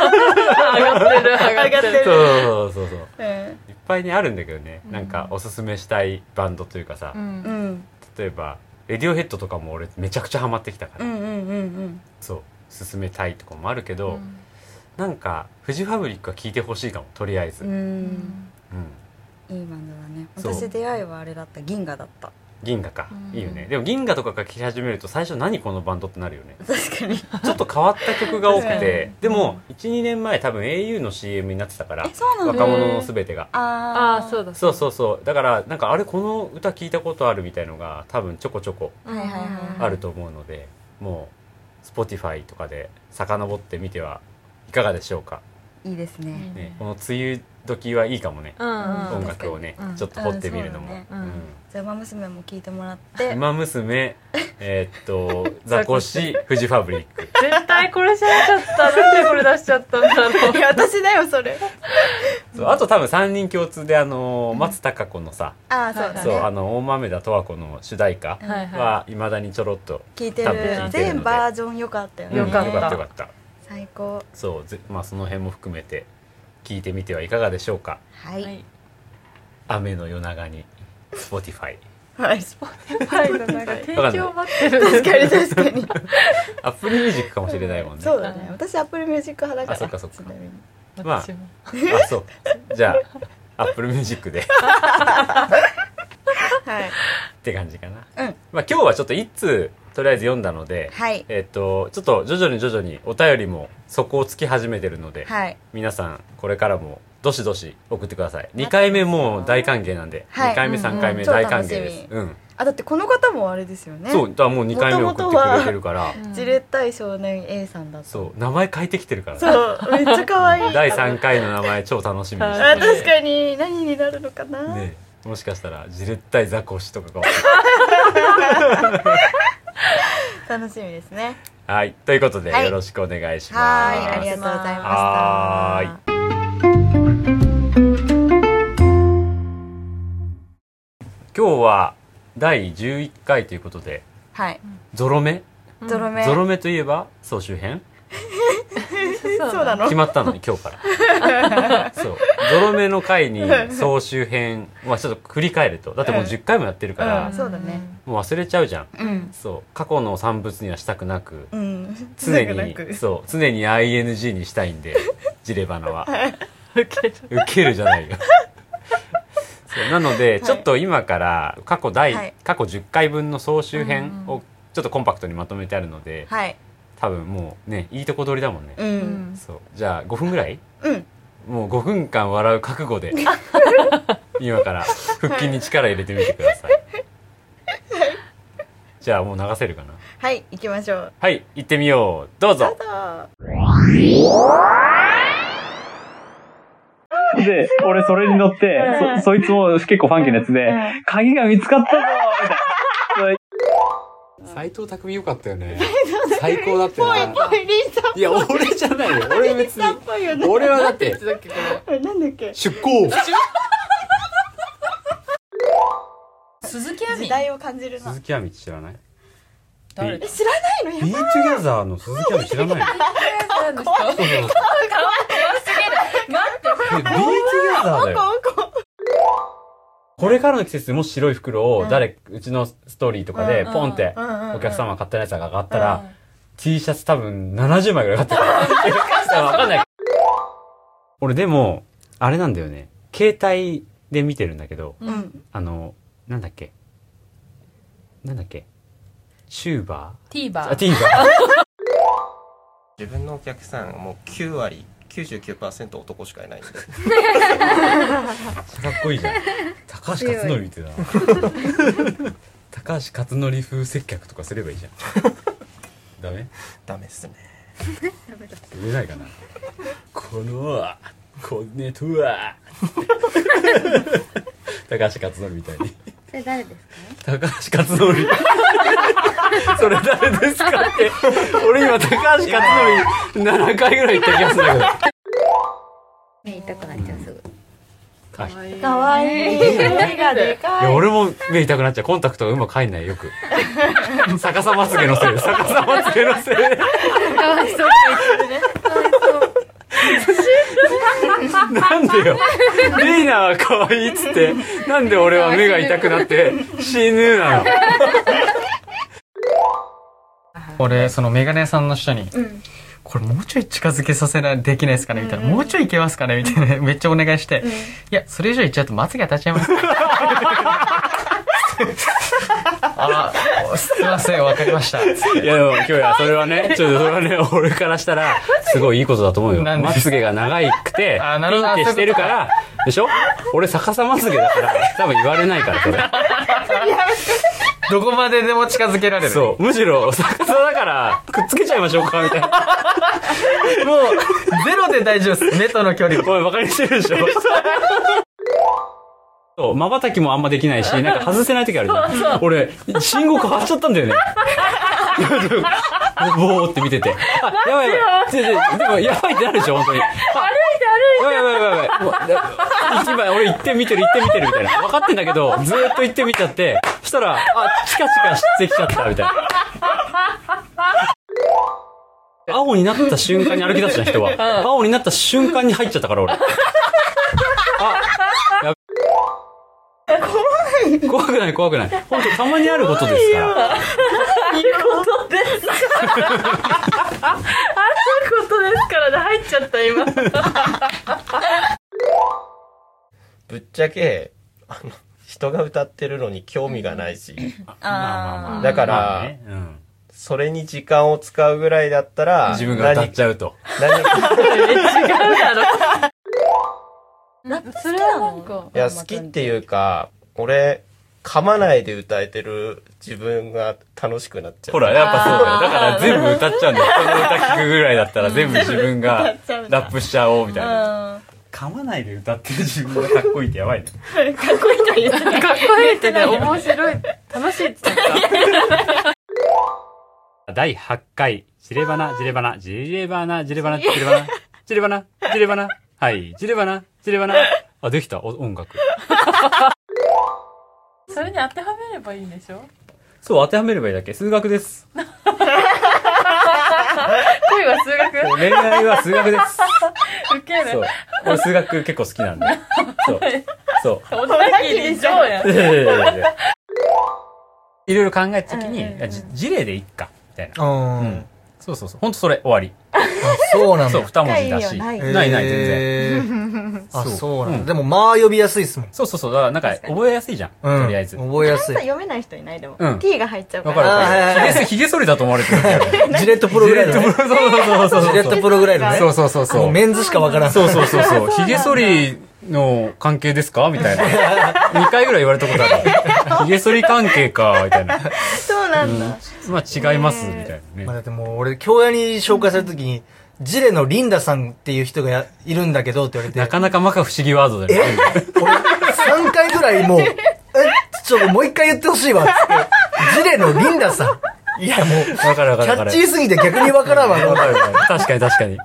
[SPEAKER 4] 上がってる上がってる
[SPEAKER 2] そうそうそうそう
[SPEAKER 3] うん
[SPEAKER 2] いっぱいにあるんだけどね、
[SPEAKER 4] うん
[SPEAKER 2] なんかおすすめしたいバンドというかさ、
[SPEAKER 4] うん
[SPEAKER 3] うん
[SPEAKER 2] 例えばレディオヘッドとかも俺めちゃくちゃハマってきたか
[SPEAKER 3] う
[SPEAKER 2] ら、
[SPEAKER 3] んうんうん
[SPEAKER 2] そう進めたいとかもあるけど、
[SPEAKER 4] うん
[SPEAKER 2] なんかフジファブリックは聴いてほしいかもとりあえず、
[SPEAKER 3] うんう
[SPEAKER 2] うん
[SPEAKER 3] んいいバンドだね
[SPEAKER 2] そう
[SPEAKER 3] 私出会いはあれだった銀河だった
[SPEAKER 2] 銀河か、
[SPEAKER 4] うん
[SPEAKER 2] いいよねでも銀河とかが聴き始めると最初何このバンドってなるよね
[SPEAKER 3] 確かに
[SPEAKER 2] ちょっと変わった曲が多く
[SPEAKER 3] 確か
[SPEAKER 2] てでも12年前多分 au の CM になってたから
[SPEAKER 3] えそうなの
[SPEAKER 2] 若者のすべてが
[SPEAKER 3] あ
[SPEAKER 4] ああそうだ
[SPEAKER 2] そうそうそうだからなんかあれこの歌聞いたことあるみたいのが多分ちょこちょこ
[SPEAKER 3] はいはいはい
[SPEAKER 2] あると思うので、もう Spotify とかで遡ってみてはいかがでしょうか、
[SPEAKER 3] いいですね
[SPEAKER 2] ね、この梅雨時はいいかもね、
[SPEAKER 4] うんうん
[SPEAKER 2] 音楽をね、
[SPEAKER 4] うん
[SPEAKER 2] ちょっと掘ってみるの
[SPEAKER 3] う
[SPEAKER 2] も、
[SPEAKER 3] ん
[SPEAKER 4] そうだね
[SPEAKER 3] じゃあ馬娘も聞いてもらって
[SPEAKER 2] 馬娘えーっとザコシフジファブリック
[SPEAKER 4] 絶対これじゃなかったなんでこれ出しちゃったんだろう
[SPEAKER 3] いや私だよそれ
[SPEAKER 2] そうあと多分3人共通であの松たか子のさ、
[SPEAKER 3] ああそうだ
[SPEAKER 2] そうあ
[SPEAKER 3] ね
[SPEAKER 2] の大豆田十和子の主題歌
[SPEAKER 4] はいは
[SPEAKER 2] はいまだにちょろっと
[SPEAKER 3] 聞いて
[SPEAKER 2] 多
[SPEAKER 3] る
[SPEAKER 2] 分聞いてるので
[SPEAKER 3] 全バージョン良かったよ
[SPEAKER 2] うん
[SPEAKER 3] ね
[SPEAKER 4] よかった
[SPEAKER 2] よかったよかった
[SPEAKER 3] 最高
[SPEAKER 2] そうぜまあその辺も含めて聞いてみてはいかがでしょうか
[SPEAKER 3] はいい
[SPEAKER 4] い
[SPEAKER 2] 雨の夜長に Spotify
[SPEAKER 3] はい
[SPEAKER 4] はい [laughs] なんか提供待ってる
[SPEAKER 3] 確かに確かに
[SPEAKER 2] アップルミュージックかもしれないもんね
[SPEAKER 3] そうだね私アップルミュージック派だから
[SPEAKER 2] あそっかそっか
[SPEAKER 3] ちなみに
[SPEAKER 2] まあ
[SPEAKER 4] 私も
[SPEAKER 2] あそうじゃあアップルミュージックでっ
[SPEAKER 3] はい
[SPEAKER 2] て感じかな、
[SPEAKER 3] うん
[SPEAKER 2] まあ、今日はちょっと一通とりあえず読んだので、
[SPEAKER 3] はい
[SPEAKER 2] えっとちょっと徐々に徐々にお便りも底をつき始めてるので、
[SPEAKER 3] はい
[SPEAKER 2] 皆さんこれからもどしどし送ってください2回目もう大歓迎なんで、
[SPEAKER 3] はい
[SPEAKER 2] 2回目
[SPEAKER 3] うん
[SPEAKER 2] 3回目大歓迎です
[SPEAKER 3] 超楽し、み
[SPEAKER 2] うん
[SPEAKER 3] あだってこの方もあれですよね
[SPEAKER 2] そうだからもう2回目送ってくれてるから
[SPEAKER 4] うん
[SPEAKER 3] じれったい少年 A さんだった
[SPEAKER 2] そう名前変えてきてるからね
[SPEAKER 3] そうめっちゃ可愛い
[SPEAKER 2] 第3回の名前超楽しみにし
[SPEAKER 3] あ
[SPEAKER 2] て
[SPEAKER 3] 確かに何になるのかな、
[SPEAKER 2] る、ね、もしかしたらじれったいザコシとかかも
[SPEAKER 3] 楽しみですね
[SPEAKER 2] はいということで
[SPEAKER 3] はい
[SPEAKER 2] よろしくお願いします、
[SPEAKER 3] はいありがとうございました
[SPEAKER 2] はーい今日は第11回ということで
[SPEAKER 3] はい
[SPEAKER 2] ゾロ目
[SPEAKER 3] ゾロ目
[SPEAKER 2] ゾロ目といえば総集編
[SPEAKER 3] そうなの
[SPEAKER 2] 決まったのに今日から
[SPEAKER 3] [laughs]
[SPEAKER 2] そうゾロ目の回に総集編まあちょっと振り返るとだってもう10回もやってるから、
[SPEAKER 3] うんそうだね
[SPEAKER 2] もう忘れちゃうじゃん
[SPEAKER 3] うん
[SPEAKER 2] そう過去の産物にはしたくなく
[SPEAKER 3] うん
[SPEAKER 2] 常
[SPEAKER 3] な
[SPEAKER 2] に
[SPEAKER 3] くなく
[SPEAKER 2] そう常に ING にしたいんでジレバナは
[SPEAKER 4] 受ける
[SPEAKER 2] ウケるじゃないよそうなので、ちょっと今から過去第、
[SPEAKER 3] はい
[SPEAKER 2] 過去10回分の総集編
[SPEAKER 4] うんう
[SPEAKER 2] をちょっとコンパクトにまとめてあるので、
[SPEAKER 3] はい
[SPEAKER 2] 多分もうねいいとこ取りだもんね、
[SPEAKER 3] う
[SPEAKER 4] うんん
[SPEAKER 2] そうじゃあ5分ぐらい
[SPEAKER 3] うん
[SPEAKER 2] もう5分間笑う覚悟で今から腹筋に力入れてみてください、じゃあもう流せるかな
[SPEAKER 3] はい行きましょう
[SPEAKER 2] はい行ってみようどう
[SPEAKER 3] ど
[SPEAKER 2] ぞ
[SPEAKER 3] うぞ
[SPEAKER 5] で、俺それに乗って
[SPEAKER 1] う、ん
[SPEAKER 5] そ、そいつも結構ファンキーなやつで、
[SPEAKER 1] ん
[SPEAKER 5] 鍵が見つかったぞみたいな。
[SPEAKER 2] 斎藤匠よかったよね。最高だったよね。
[SPEAKER 3] リンさん
[SPEAKER 2] いや、俺じゃないよ。俺別に。
[SPEAKER 3] ぽいよね。
[SPEAKER 2] 俺はだって、
[SPEAKER 4] だっけこれ
[SPEAKER 3] なんだっけ
[SPEAKER 2] 出向
[SPEAKER 6] 鈴木亜
[SPEAKER 3] 時
[SPEAKER 6] 美
[SPEAKER 3] 代を感じるな。
[SPEAKER 2] 鈴木亜美知らない
[SPEAKER 6] 誰だ
[SPEAKER 3] 知らないのや
[SPEAKER 2] ビートゥギャザーの鈴木亜美知らない
[SPEAKER 1] [laughs]
[SPEAKER 2] の
[SPEAKER 4] 誰の人
[SPEAKER 2] そうそうそうビートゥギャザーだよ。これからの季節もし白い袋を誰、うちのストーリーとかで
[SPEAKER 6] うん
[SPEAKER 2] ポンって
[SPEAKER 3] うんうんうん
[SPEAKER 2] お客様が買ってないやつが上がった
[SPEAKER 6] う
[SPEAKER 2] ら
[SPEAKER 6] ん、
[SPEAKER 2] T シャツ多分70枚ぐらい買ってた。わかんない。俺でも、あれなんだよね。携帯で見てるんだけど、
[SPEAKER 3] う。ん。
[SPEAKER 2] あの、なんだっけ。なんだっけ。シューバーあ、
[SPEAKER 6] TVer
[SPEAKER 2] ティーバー。
[SPEAKER 7] 自分のお客さんもう9割99%男しか
[SPEAKER 8] [laughs]
[SPEAKER 7] いないんで
[SPEAKER 2] かっこいいじゃん。高橋克典ってな。 [laughs] 高橋克典風接客とかすればいいじゃん。ダメ
[SPEAKER 7] ダメっすね
[SPEAKER 2] 売れないかな。この、こねとは。高橋克典みたいに。
[SPEAKER 1] それ誰ですか
[SPEAKER 2] 高橋克典。それ誰ですかって。俺今高橋克典7回ぐらい言った気がするんだけ
[SPEAKER 1] 目痛くなっちゃうすぐ
[SPEAKER 2] ど。
[SPEAKER 4] 可愛い
[SPEAKER 3] かわいい。目がで
[SPEAKER 2] いや、
[SPEAKER 3] かい。
[SPEAKER 2] 俺も目痛くなっちゃう。コンタクトがうまく入んない、よく。 [laughs] 逆さまつげのせいで、逆さまつげのせいで。
[SPEAKER 6] かわいそう
[SPEAKER 2] なんでよ。レイナは可愛いっつって、なんで俺は目が痛くなって、死ぬなの。
[SPEAKER 8] 俺そのメガネ屋さんの人に、これもうちょい近づけさせないできないですかねみたいな、もうちょいいけますかねみたいな [laughs] めっちゃお願いして、いやそれ以上いっちゃうとまつげ立っちゃいます [laughs] あすいませんわかりました
[SPEAKER 2] いや、でも今日はそれはね、 [laughs] ちょっとそれはね、俺からしたら、すごいいいことだと思うよ。
[SPEAKER 8] なんで
[SPEAKER 2] まつげが長いくて、
[SPEAKER 8] あなるほど
[SPEAKER 2] ピンケしてるから、でしょ俺逆さまつげだから、多分言われないから、それ。
[SPEAKER 8] どこまででも近づけられる
[SPEAKER 2] そう。むしろ、逆さだから、くっつけちゃいましょうか、みたいな。
[SPEAKER 8] もうゼロで大丈夫です目との距離
[SPEAKER 2] おい、バカにしてるでしょ。そう、瞬きもあんまできないし、なんか外せない時あるじゃん。俺、信号変わっちゃったんだよね。ぼーって見てて。あ、やばいやばい。ちょちょでも、やばいってなるでしょ、本当に。歩いて歩いて。やばいやばいやばいやばいもうだ。一番俺行って見てる行って見てるみたいな。分かってんだけど、ずーっと行ってみちゃって、そしたら、あ、チカチカしてきちゃった、みたいな。青になった瞬間に歩き出すじゃん、人は。青になった瞬間に入っちゃったから、俺。怖くない怖くない。本当たまにあることですから。
[SPEAKER 4] ことですからね入っちゃった
[SPEAKER 3] [laughs]
[SPEAKER 4] 今
[SPEAKER 7] ぶっちゃけあの人が歌ってるのに興味がないし
[SPEAKER 2] まあまあまあ
[SPEAKER 7] だから
[SPEAKER 2] まあねうん
[SPEAKER 7] それに時間を使うぐらいだったら
[SPEAKER 2] 自分が歌っちゃうと。
[SPEAKER 7] 何何か
[SPEAKER 4] それはなんか
[SPEAKER 7] いや好きっていうか俺噛まないで歌えてる自分が楽しくなっちゃう
[SPEAKER 2] ほら、やっぱそうだよ。だから全部歌っちゃ
[SPEAKER 4] [laughs]
[SPEAKER 2] うんだよ。人の歌聞くぐらいだったら全部自分がラップしちゃおうみたいな。噛まないで歌ってる自分がかっこいいってやばいね。
[SPEAKER 4] かっこいいってね面白い楽しいって言って
[SPEAKER 2] 第8回、ジレバナ、ジレバナ、ジレバナ、ジレバナ、ジレバナ、ジレバナ、ジレバナ、はい、ジレバナ、ジレバナ。あ、できた、お音楽。
[SPEAKER 4] たそれに当てはめればいいんでしょ
[SPEAKER 2] そう、当てはめればいいだけ。数学です。
[SPEAKER 4] 恋は数学
[SPEAKER 2] 恋愛は数学です。
[SPEAKER 4] ウケ
[SPEAKER 2] そう
[SPEAKER 4] る。
[SPEAKER 2] 俺数学結構好きなんで。そう。そう。
[SPEAKER 4] 小田切り上やん [laughs]
[SPEAKER 2] いやいやいやいやいろいろ考えたときに、
[SPEAKER 4] うんうんうん
[SPEAKER 2] いやじ事例でいっか、みたいな。
[SPEAKER 8] う
[SPEAKER 2] うんそうそうそう。ほんとそれ、終わり。
[SPEAKER 9] そうなん
[SPEAKER 2] そう、
[SPEAKER 9] だ。
[SPEAKER 2] 二文字だし。
[SPEAKER 3] 深いよ
[SPEAKER 2] ないない、全然。
[SPEAKER 9] 然。あ、
[SPEAKER 2] そう
[SPEAKER 9] そうな
[SPEAKER 2] う
[SPEAKER 9] ん
[SPEAKER 2] ん
[SPEAKER 9] だ。でも、まあ呼びやすいっすもん。
[SPEAKER 2] そうそうそう。だから、なんか、覚えやすいじゃん。
[SPEAKER 9] うん
[SPEAKER 2] とりあえず。わ
[SPEAKER 9] 覚えやすい。
[SPEAKER 3] 読めない人いないでも
[SPEAKER 2] うん。
[SPEAKER 3] T が入っちゃう
[SPEAKER 2] か
[SPEAKER 3] か
[SPEAKER 2] る
[SPEAKER 3] ら。
[SPEAKER 9] あーはい
[SPEAKER 2] わ
[SPEAKER 9] はい
[SPEAKER 2] か
[SPEAKER 9] は
[SPEAKER 2] る。ひげ
[SPEAKER 9] い
[SPEAKER 2] そ、ひげ剃りだと思われてるから。
[SPEAKER 9] ジレットプロぐらいのね。
[SPEAKER 2] そうそうそうそう
[SPEAKER 9] ジレットプロぐらいのね。
[SPEAKER 2] そうそうそう
[SPEAKER 9] も
[SPEAKER 2] そうう。
[SPEAKER 9] メンズしかわからん。
[SPEAKER 2] そうそうそうそう。ヒゲ剃りの関係ですかみたいな。2回ぐらい言われたことある。ヒゲ剃り関係か、みたいな。
[SPEAKER 3] そうなんだ。
[SPEAKER 2] まあ違います、みたいな
[SPEAKER 9] ま
[SPEAKER 2] ね。
[SPEAKER 9] あだってもう俺、京谷に紹介された時に、ジレのリンダさんっていう人がやいるんだけどって言われて、
[SPEAKER 2] なかなかまか不思議ワードだよね。
[SPEAKER 9] 3回ぐらいもう、え、ちょっともう一回言ってほしいわっつって、ジレのリンダさん。いやもう、キ
[SPEAKER 2] わかるわかる
[SPEAKER 9] ャ
[SPEAKER 2] わか
[SPEAKER 9] ッ
[SPEAKER 2] る。
[SPEAKER 9] チーすぎて逆にわからんわ。
[SPEAKER 2] わかるわかる確かに確かに。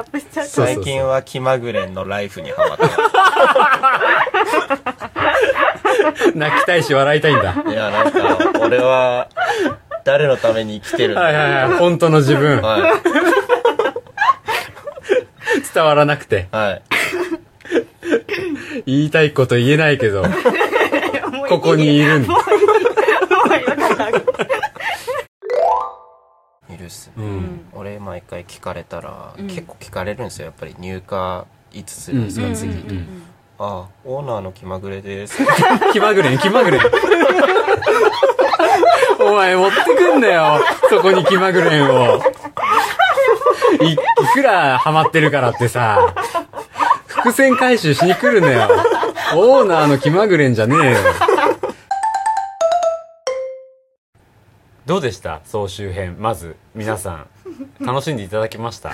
[SPEAKER 2] そうそうそ
[SPEAKER 7] 最
[SPEAKER 2] う
[SPEAKER 7] 近は気まぐれのライフにハマってます
[SPEAKER 2] 泣きたいし笑いたいんだ。
[SPEAKER 7] いや、なんか、俺は、誰のために生きてるんだ
[SPEAKER 2] はいはいはい。本当の自分。
[SPEAKER 7] はい。
[SPEAKER 2] 伝わらなくて。
[SPEAKER 7] はい。
[SPEAKER 2] 言いたいこと言えないけど。ここにいるんだ。
[SPEAKER 7] いるっすね。
[SPEAKER 2] うん。
[SPEAKER 7] 俺、毎回聞かれたら、
[SPEAKER 6] うん
[SPEAKER 7] 結構聞かれるんですよ。やっぱり入荷、いつするんですか、
[SPEAKER 2] うん
[SPEAKER 7] 次。
[SPEAKER 2] うん
[SPEAKER 7] ああ、オーナーの気まぐれです。
[SPEAKER 2] [laughs] 気まぐれに気まぐれに。お前持ってくんだよ。そこに気まぐれんを。い、いくらハマってるからってさ、伏線回収しに来るんだよ。オーナーの気まぐれんじゃねえよ。どうでした総集編。まず、皆さん、楽しんでいただきました。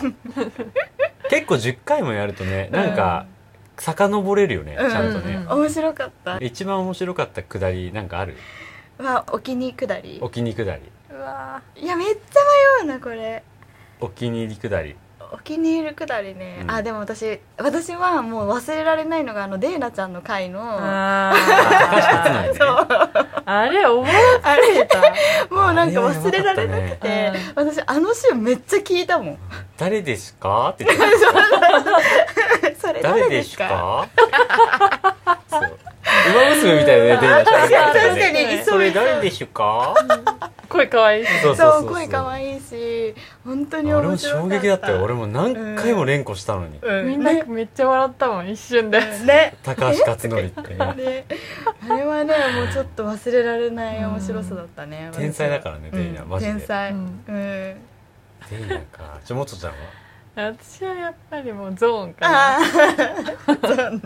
[SPEAKER 2] 結構10回もやるとね、なんか、遡れるよね、ちゃんとね。
[SPEAKER 4] うんうん
[SPEAKER 3] 面白かった
[SPEAKER 2] 一番面白かったくだりなんかある
[SPEAKER 3] わお気に入りくだり
[SPEAKER 2] お気にくだり
[SPEAKER 3] うわいやめっちゃ迷うなこれ
[SPEAKER 2] お気に入りくだり
[SPEAKER 3] お気に入りくだりね、
[SPEAKER 2] うん
[SPEAKER 3] あでも私私はもう忘れられないのがあのデイナちゃんの回のも
[SPEAKER 4] あ
[SPEAKER 2] [laughs] 高橋克
[SPEAKER 3] [laughs]
[SPEAKER 2] 典ね
[SPEAKER 4] ーあれ覚えてた
[SPEAKER 3] うなんか忘れられなくて、
[SPEAKER 4] あれはやば
[SPEAKER 3] 私あの週めっちゃ聞いたもん [laughs]
[SPEAKER 2] 誰ですかって言って
[SPEAKER 3] それ [laughs]
[SPEAKER 2] 誰
[SPEAKER 3] 誰
[SPEAKER 2] で
[SPEAKER 3] ですすか
[SPEAKER 2] かそう馬娘みたいだねデイナちゃん
[SPEAKER 4] 確か
[SPEAKER 3] に確かに
[SPEAKER 2] それ誰でしゅか
[SPEAKER 4] 声可愛いし
[SPEAKER 2] そう
[SPEAKER 3] そう
[SPEAKER 2] そう
[SPEAKER 3] 声可愛いし本当に
[SPEAKER 2] 俺も
[SPEAKER 3] 面白かった
[SPEAKER 2] 衝撃だったよ俺も何回も連呼したのに
[SPEAKER 3] うん
[SPEAKER 4] みんな
[SPEAKER 3] ね
[SPEAKER 4] めっちゃ笑ったもん一瞬で
[SPEAKER 3] ね
[SPEAKER 2] 高橋克典ってね
[SPEAKER 3] ねあれはねもうちょっと忘れられない面白さだったね
[SPEAKER 2] 天才だからね
[SPEAKER 3] うん
[SPEAKER 2] デイナマジで
[SPEAKER 3] 天才
[SPEAKER 4] う
[SPEAKER 3] うんん
[SPEAKER 2] デイナかちょもっとちゃんは
[SPEAKER 4] 私はやっぱりもうゾーンかな
[SPEAKER 3] あ
[SPEAKER 4] うん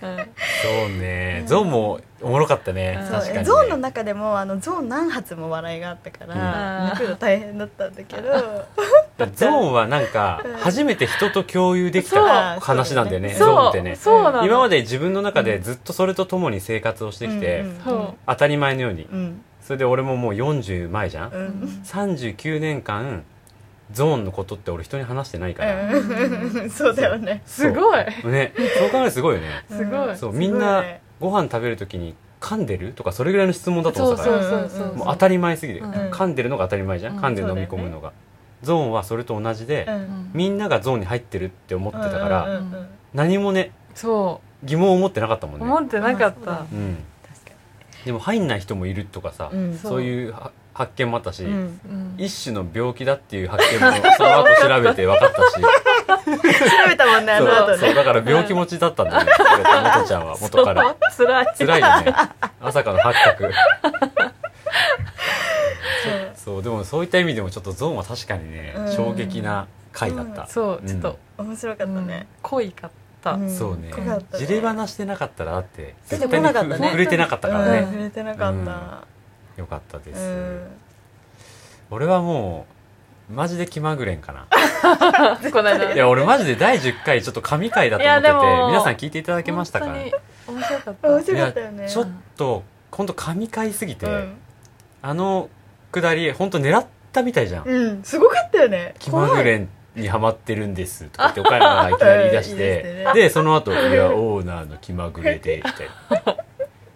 [SPEAKER 2] そうねゾウもおもろかったね
[SPEAKER 4] うん
[SPEAKER 3] あ、
[SPEAKER 2] 確か
[SPEAKER 3] そ
[SPEAKER 2] に
[SPEAKER 3] う
[SPEAKER 2] ね
[SPEAKER 3] ゾーンの中でもあのゾーン何発も笑いがあったか
[SPEAKER 4] うん
[SPEAKER 3] ら、抜くの大変だったんだけど、
[SPEAKER 2] だからゾーンはなんか
[SPEAKER 3] うん
[SPEAKER 2] 初めて人と共有でき
[SPEAKER 4] そう
[SPEAKER 2] た話なんだよねゾーンっ
[SPEAKER 4] そ
[SPEAKER 2] て
[SPEAKER 4] う
[SPEAKER 2] ね
[SPEAKER 4] そうなの
[SPEAKER 2] 今ま
[SPEAKER 4] で
[SPEAKER 2] で自分の中でずっとそれと共に生活をしてきて、
[SPEAKER 9] うん
[SPEAKER 4] そ
[SPEAKER 2] 当たり前のように
[SPEAKER 3] うん
[SPEAKER 2] それで俺ももう40前じゃん、
[SPEAKER 3] うんうん
[SPEAKER 2] 39年間ゾーンのことって俺人に話してないから、
[SPEAKER 3] うんそうだよね
[SPEAKER 4] すごい
[SPEAKER 2] そうねそう考えるとすごいよね
[SPEAKER 4] すごい
[SPEAKER 2] そう
[SPEAKER 3] すごいね
[SPEAKER 2] みんなご飯食べる時に噛んでるとかそれぐらいの質問だと思
[SPEAKER 4] そ
[SPEAKER 2] っ
[SPEAKER 4] う
[SPEAKER 2] てた
[SPEAKER 4] そ
[SPEAKER 2] から
[SPEAKER 4] うそうそう
[SPEAKER 2] もう当たり前すぎて、
[SPEAKER 4] うん
[SPEAKER 2] 噛んでるのが当たり前じゃん、
[SPEAKER 4] うん
[SPEAKER 2] 噛んで飲み込むのが、ゾーンはそれと同じで、
[SPEAKER 3] うん
[SPEAKER 2] みんながゾーンに入ってるって思ってたから、
[SPEAKER 3] うんうんうん
[SPEAKER 2] 何もね
[SPEAKER 4] そ
[SPEAKER 2] 疑問を持ってなかったもんね
[SPEAKER 4] う思ってなかっ
[SPEAKER 3] まあそうだ
[SPEAKER 4] た
[SPEAKER 3] ね
[SPEAKER 2] うん、
[SPEAKER 3] 確か
[SPEAKER 2] でも入んない人もいるとかさ、
[SPEAKER 3] にうん
[SPEAKER 4] そ
[SPEAKER 2] そうういうは発見もあったし、
[SPEAKER 3] うん
[SPEAKER 4] うん
[SPEAKER 2] 一種の病気だっていう発見もその後調べて分かったし
[SPEAKER 3] 調べたもんね [laughs] あ
[SPEAKER 2] そ
[SPEAKER 3] の後
[SPEAKER 2] う
[SPEAKER 3] ね
[SPEAKER 2] そうだから病気持ちだったんだよね元ちゃんは元から
[SPEAKER 4] そう辛い
[SPEAKER 2] [laughs] 辛いよ
[SPEAKER 3] [laughs]
[SPEAKER 2] ねまさかの発覚そうでもそういった意味でもちょっとゾーンは確かにね、
[SPEAKER 3] うん
[SPEAKER 2] 衝撃な回だった、
[SPEAKER 4] そうちょっと、
[SPEAKER 3] 面白かっ
[SPEAKER 4] う
[SPEAKER 3] た
[SPEAKER 4] ん
[SPEAKER 3] ね
[SPEAKER 4] 濃いかった、
[SPEAKER 3] ん
[SPEAKER 2] そうね
[SPEAKER 3] 濃かったね
[SPEAKER 2] じれ話してなかったらだって
[SPEAKER 3] 出てこなかったね
[SPEAKER 2] 絶対に [laughs] 触れてなかったから
[SPEAKER 3] うん
[SPEAKER 2] ね、
[SPEAKER 3] 触れてなかった
[SPEAKER 2] よかったです、
[SPEAKER 3] うん
[SPEAKER 2] 俺はもうマジで気まぐれんかな
[SPEAKER 4] この間
[SPEAKER 2] いや俺マジで第10回ちょっと神回だと思って
[SPEAKER 4] いやで
[SPEAKER 2] て
[SPEAKER 4] も
[SPEAKER 2] 皆さん聞いていただけましたか
[SPEAKER 4] 本
[SPEAKER 2] い
[SPEAKER 4] 当に面白かっ
[SPEAKER 3] [laughs]
[SPEAKER 4] た
[SPEAKER 3] 面白かったよね
[SPEAKER 2] やちょっと本当神回すぎて、
[SPEAKER 3] うん
[SPEAKER 2] あのくだり本当狙ったみたいじゃん、
[SPEAKER 3] うんすごかったよね
[SPEAKER 2] 気まぐれにハマってるんですとか言って岡山がいきなり言い出し
[SPEAKER 3] 言い出し
[SPEAKER 2] て
[SPEAKER 3] てね
[SPEAKER 2] でその後いやオーナーの気まぐれで」みたいな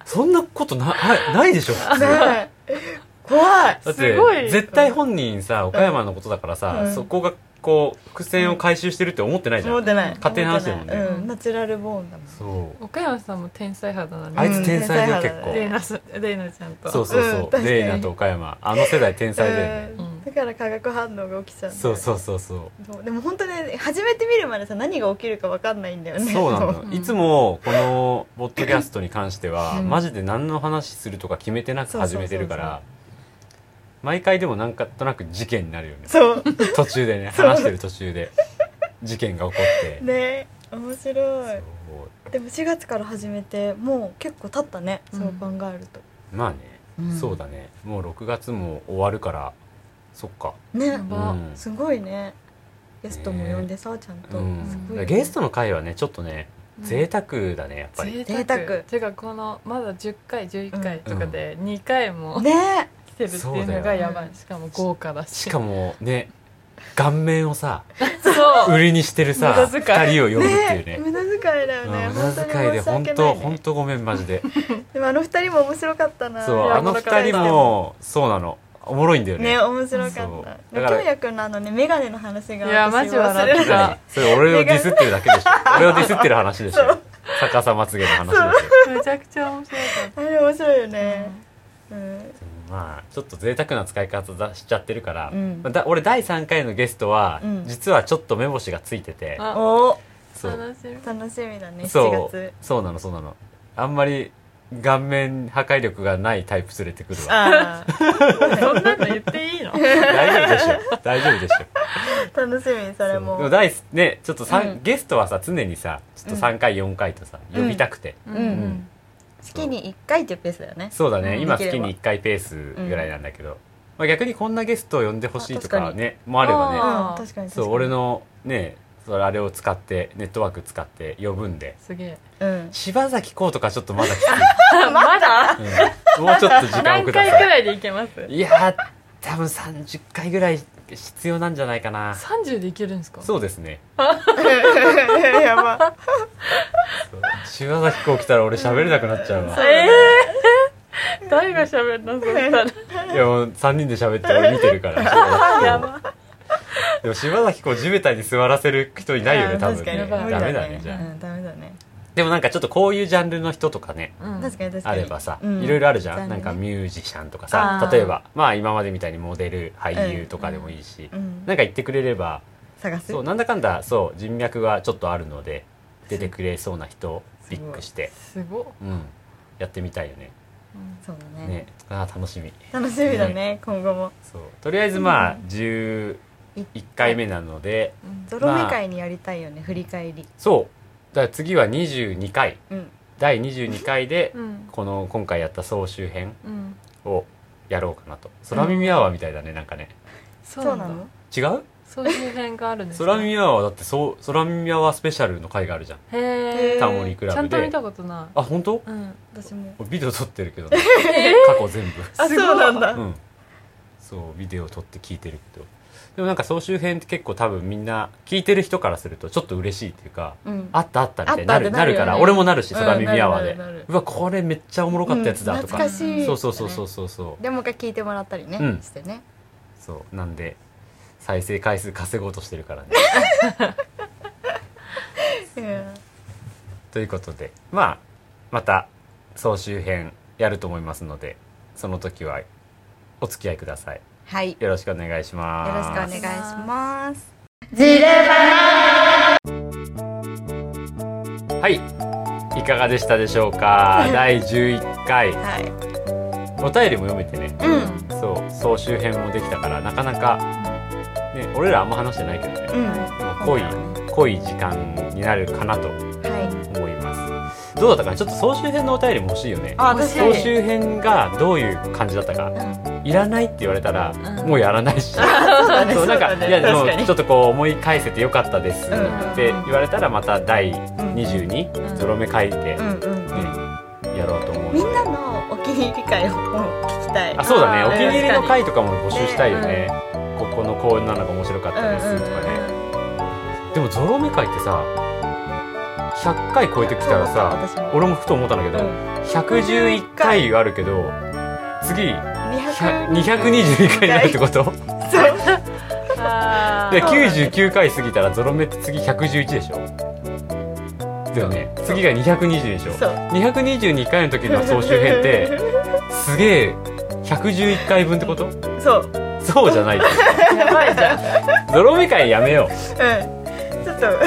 [SPEAKER 2] そんなことなないないでしょ普通
[SPEAKER 3] ねえ怖い
[SPEAKER 2] だっ
[SPEAKER 4] すごい
[SPEAKER 2] て絶対本人さ岡山のことだからさ、
[SPEAKER 3] うん
[SPEAKER 2] そこがこう伏線を回収してるって思ってないじゃん、
[SPEAKER 3] 思ってない
[SPEAKER 2] 勝手に話してるもんね
[SPEAKER 3] 思ってないうんナチュラルボーンだもん
[SPEAKER 2] そう
[SPEAKER 4] 岡山さんも天才肌だ
[SPEAKER 2] あ
[SPEAKER 4] ね
[SPEAKER 2] いつ天才だよ
[SPEAKER 3] うん
[SPEAKER 2] 結構、
[SPEAKER 4] レイナすレイナちゃんと
[SPEAKER 2] そうそうそうう、
[SPEAKER 3] ん確かに
[SPEAKER 2] レイナと岡山あの世代天才だよね、
[SPEAKER 3] う
[SPEAKER 4] うん
[SPEAKER 3] んだから化学反応が起きちゃうんだよね
[SPEAKER 2] そうそうそうそ
[SPEAKER 3] そうでも本当ね初めて見るまでさ何が起きるか分かんないんだよ
[SPEAKER 2] う
[SPEAKER 3] ね
[SPEAKER 2] そうなの、
[SPEAKER 3] そう
[SPEAKER 4] うん
[SPEAKER 2] いつもこのポッドキャストに関しては、
[SPEAKER 4] うん
[SPEAKER 2] マジで何の話するとか決めてなく始めてるから毎回でもなんかとなく事件になるよね
[SPEAKER 3] [laughs] [laughs] そう
[SPEAKER 2] 途中でね
[SPEAKER 3] そう
[SPEAKER 2] 話してる途中で事件が起こって、
[SPEAKER 3] [laughs] ね面白い
[SPEAKER 2] そう
[SPEAKER 3] でも4月から始めてもう結構経ったね、
[SPEAKER 4] うん
[SPEAKER 3] そう考えると
[SPEAKER 2] まあね、そうだねもう6月も終わるからそっか、
[SPEAKER 3] ね、
[SPEAKER 4] やば
[SPEAKER 2] うん
[SPEAKER 3] すごいねゲストも呼んでさちゃんと、
[SPEAKER 2] うん
[SPEAKER 3] すごい
[SPEAKER 2] だからゲストの回はねちょっとね
[SPEAKER 4] うん
[SPEAKER 2] 贅沢だねやっぱり、
[SPEAKER 4] 贅
[SPEAKER 3] 贅
[SPEAKER 4] 沢
[SPEAKER 3] 沢
[SPEAKER 4] てかこのまだ10回11回とかで2回も
[SPEAKER 3] ね
[SPEAKER 4] 来てるっていうのがやばいしかも豪華だし
[SPEAKER 2] しかもね顔面をさ
[SPEAKER 4] そう
[SPEAKER 2] 売りにしてるさ
[SPEAKER 4] 無駄遣
[SPEAKER 2] 2人を呼ぶっていう
[SPEAKER 3] え
[SPEAKER 2] ね
[SPEAKER 3] 無駄遣いだ
[SPEAKER 2] う
[SPEAKER 3] よ
[SPEAKER 2] ん
[SPEAKER 3] ね
[SPEAKER 2] 無駄遣いで
[SPEAKER 3] 本当
[SPEAKER 2] 本
[SPEAKER 3] に申し訳
[SPEAKER 2] 当
[SPEAKER 3] ないね
[SPEAKER 2] 本当ごめんマジで
[SPEAKER 3] でもあの二人も面白かったな
[SPEAKER 2] そう
[SPEAKER 4] や
[SPEAKER 2] あの2人もそうなのおもろいんだよね
[SPEAKER 3] ね面白か
[SPEAKER 2] そう
[SPEAKER 3] っ
[SPEAKER 2] だ
[SPEAKER 3] た
[SPEAKER 2] から
[SPEAKER 3] 京也くんのあのね眼鏡の話が
[SPEAKER 4] いやマジ笑った
[SPEAKER 3] 忘れない
[SPEAKER 2] ねそれ俺をディスってるだけでしょ俺をディスってる話でしょ逆さまつげの話でしょ
[SPEAKER 4] めちゃくちゃ面白かっ
[SPEAKER 3] あれ面白いよねうん
[SPEAKER 2] まあちょっと贅沢な使い方だしちゃってるから、
[SPEAKER 3] うん
[SPEAKER 2] まあだ俺第3回のゲストは、
[SPEAKER 3] うん
[SPEAKER 2] 実はちょっと目星がついてて
[SPEAKER 4] たあ
[SPEAKER 3] お
[SPEAKER 2] そう
[SPEAKER 4] 楽しみ
[SPEAKER 3] 楽しみだね7
[SPEAKER 2] そう
[SPEAKER 3] 月
[SPEAKER 2] そうなのそうなのあんまり顔面破壊力がないタイプ連れてくるわ
[SPEAKER 3] あ
[SPEAKER 2] [laughs]
[SPEAKER 3] あ
[SPEAKER 4] そんなの言っていいの
[SPEAKER 2] 大丈夫でしょ大丈夫でしょ
[SPEAKER 3] 楽しみそれも
[SPEAKER 2] でも第すねちょっとさん、
[SPEAKER 3] うん
[SPEAKER 2] ゲストはさ常にさちょっと3回4回とさ、
[SPEAKER 3] うん
[SPEAKER 2] 呼びたくて、
[SPEAKER 4] うん
[SPEAKER 3] うん月に一回っていうペースだよね
[SPEAKER 2] そうだね、
[SPEAKER 3] うん
[SPEAKER 2] 今
[SPEAKER 3] できれ
[SPEAKER 2] 月
[SPEAKER 3] ば
[SPEAKER 2] に1回ペースぐらいなんだけど、まあ、逆にこんなゲストを呼んでほしいと
[SPEAKER 3] あ
[SPEAKER 2] か
[SPEAKER 3] 確か
[SPEAKER 2] ねもあれば
[SPEAKER 4] う
[SPEAKER 2] ね
[SPEAKER 4] ん
[SPEAKER 3] うん確かに
[SPEAKER 2] そう俺のねそれあれを使ってネットワーク使って呼ぶんです
[SPEAKER 4] げえ
[SPEAKER 3] うん
[SPEAKER 2] 柴咲コウとかちょっとまだきつい、
[SPEAKER 4] まだ
[SPEAKER 2] うんもうちょっと時間を
[SPEAKER 4] 何
[SPEAKER 2] くだ
[SPEAKER 4] 回
[SPEAKER 2] さ
[SPEAKER 4] く
[SPEAKER 2] い
[SPEAKER 4] らいでいけます
[SPEAKER 2] いやー多分30回ぐらい必要なんじゃないかな
[SPEAKER 4] 30でいけるんですか
[SPEAKER 2] そうですね
[SPEAKER 3] [laughs] やば
[SPEAKER 2] そう柴咲コウ来たら俺喋れなくなっちゃうわ
[SPEAKER 4] ええ誰が喋んなそうしたら
[SPEAKER 2] いやもう3人で喋って俺見て
[SPEAKER 3] [laughs]
[SPEAKER 2] るから
[SPEAKER 4] や
[SPEAKER 2] 柴咲コ
[SPEAKER 4] ば
[SPEAKER 2] ウでも柴咲コウ地べたに座らせる人いないよね多分
[SPEAKER 3] 確かに
[SPEAKER 2] ね
[SPEAKER 3] 無理
[SPEAKER 2] ダメだねじゃあ、
[SPEAKER 3] うんダメだね
[SPEAKER 2] でもなんかちょっとこういうジャンルの人とかね
[SPEAKER 4] うん
[SPEAKER 3] 確かに確
[SPEAKER 2] あ
[SPEAKER 3] かに
[SPEAKER 2] ればさ、
[SPEAKER 3] うん
[SPEAKER 2] いろいろあるじゃ
[SPEAKER 3] 残
[SPEAKER 2] ん、な
[SPEAKER 3] 念
[SPEAKER 2] ん
[SPEAKER 3] ね
[SPEAKER 2] かミュージシャンとかさ
[SPEAKER 3] あー
[SPEAKER 2] 例えばまあ今までみたいにモデル俳優とかでもいいし、
[SPEAKER 3] うん
[SPEAKER 2] なんか言ってくれれば
[SPEAKER 3] 探す
[SPEAKER 2] そうなんだかんだそう人脈がちょっとあるので出てくれそうな人をピックして、
[SPEAKER 4] すごっ
[SPEAKER 2] うん、やってみたいよね
[SPEAKER 3] そうだね
[SPEAKER 2] ねあー楽しみ
[SPEAKER 3] 楽しみだね今後も
[SPEAKER 2] そうとりあえずまあ11回目なので
[SPEAKER 4] うん
[SPEAKER 3] ゾロ目会にやりたいよね振り返り
[SPEAKER 2] そうだから次は22回
[SPEAKER 3] うん
[SPEAKER 2] 第22回で
[SPEAKER 4] うん
[SPEAKER 2] この今回やった総集編
[SPEAKER 4] うん
[SPEAKER 2] をやろうかなと空耳アワーみたいだねなんかね
[SPEAKER 4] そ
[SPEAKER 3] そう
[SPEAKER 4] うな
[SPEAKER 3] な
[SPEAKER 4] の
[SPEAKER 3] の
[SPEAKER 2] 違う
[SPEAKER 4] そういう編があるんですね
[SPEAKER 2] 空耳アワーだってそう空耳アワースペシャルの回があるじゃん
[SPEAKER 4] へえ
[SPEAKER 2] タモリクラ
[SPEAKER 4] ちゃ
[SPEAKER 2] ブ
[SPEAKER 4] んと見
[SPEAKER 2] で
[SPEAKER 4] たことない
[SPEAKER 2] あ本当
[SPEAKER 4] うん
[SPEAKER 3] 私も
[SPEAKER 2] ビデオ撮ってるけ
[SPEAKER 4] [laughs]
[SPEAKER 2] どね過去全部
[SPEAKER 3] あそうなんだ
[SPEAKER 2] うんそうビデオ撮って聞いてるけどでもなんか総集編って結構多分みんな聞いてる人からするとちょっと嬉しいっていうか
[SPEAKER 3] うん
[SPEAKER 2] あったあったみたいになる
[SPEAKER 3] あった
[SPEAKER 2] な
[SPEAKER 3] あったなる
[SPEAKER 2] る
[SPEAKER 3] よね
[SPEAKER 2] から俺もなるし空耳アワー
[SPEAKER 3] うんなるなるな
[SPEAKER 2] で
[SPEAKER 3] る
[SPEAKER 2] うわこれめっちゃおもろかったやつだと
[SPEAKER 3] うん
[SPEAKER 2] か
[SPEAKER 3] 懐かしい
[SPEAKER 2] そうそうそうそうそうそう
[SPEAKER 3] でもう一回聞いてもらったりね、
[SPEAKER 2] うん
[SPEAKER 3] してね
[SPEAKER 2] そうなんで再生回数稼ごうとしてるからね [laughs] ということでまあまた総集編やると思いますのでその時はお付き合いください
[SPEAKER 3] はいよ
[SPEAKER 2] よろしくお願いしま
[SPEAKER 3] ろ
[SPEAKER 2] す
[SPEAKER 3] しくお願いします
[SPEAKER 2] はいいかがでしたでしょうか第11回
[SPEAKER 3] はい
[SPEAKER 2] お便りも読めてね
[SPEAKER 3] うん
[SPEAKER 2] そう総集編もできたからなかなか、ね、俺らあんま話してないけどね
[SPEAKER 3] うん
[SPEAKER 2] でも濃い濃い時間になるかなと
[SPEAKER 3] はい
[SPEAKER 2] 思いますどうだったかなちょっと総集編のお便りも欲しいよね
[SPEAKER 3] あ確か
[SPEAKER 2] 総
[SPEAKER 3] に
[SPEAKER 2] 集編がどういう感じだったか、いらないって言われたら、
[SPEAKER 4] うん
[SPEAKER 2] もうやらな
[SPEAKER 3] [laughs]
[SPEAKER 2] いし
[SPEAKER 3] そうだね
[SPEAKER 2] そうなんか、いやでも
[SPEAKER 3] 確かに
[SPEAKER 2] ちょっとこう思い返せてよかったですって言われたらまた第22ゾロ目書いて、ね
[SPEAKER 3] うんうん
[SPEAKER 2] やろうと思う
[SPEAKER 3] みんなのお気に入り会を聞きたい
[SPEAKER 2] あそうだね
[SPEAKER 4] あ
[SPEAKER 2] お
[SPEAKER 4] ー
[SPEAKER 2] 気に入りの回とかも募集したいよねここの公演なのが面白かったですとかね、でもゾロ目会ってさ100回超えてきたらさ
[SPEAKER 3] そう思っ
[SPEAKER 2] 俺もふと思ったんだけど、
[SPEAKER 3] うん
[SPEAKER 2] 111回あるけど次
[SPEAKER 3] た
[SPEAKER 2] 100
[SPEAKER 3] 私も
[SPEAKER 2] 222回になるってこと
[SPEAKER 4] あ
[SPEAKER 2] で99回過ぎたらゾロ目って次111でしょだよね次が220でしょ
[SPEAKER 3] そう
[SPEAKER 2] 222回の時の総集編ってすげえ111回分ってこと
[SPEAKER 3] そう
[SPEAKER 2] そうじゃない
[SPEAKER 4] やばいじゃん
[SPEAKER 2] ゾロ目回やめよ
[SPEAKER 3] うんちょっと
[SPEAKER 2] う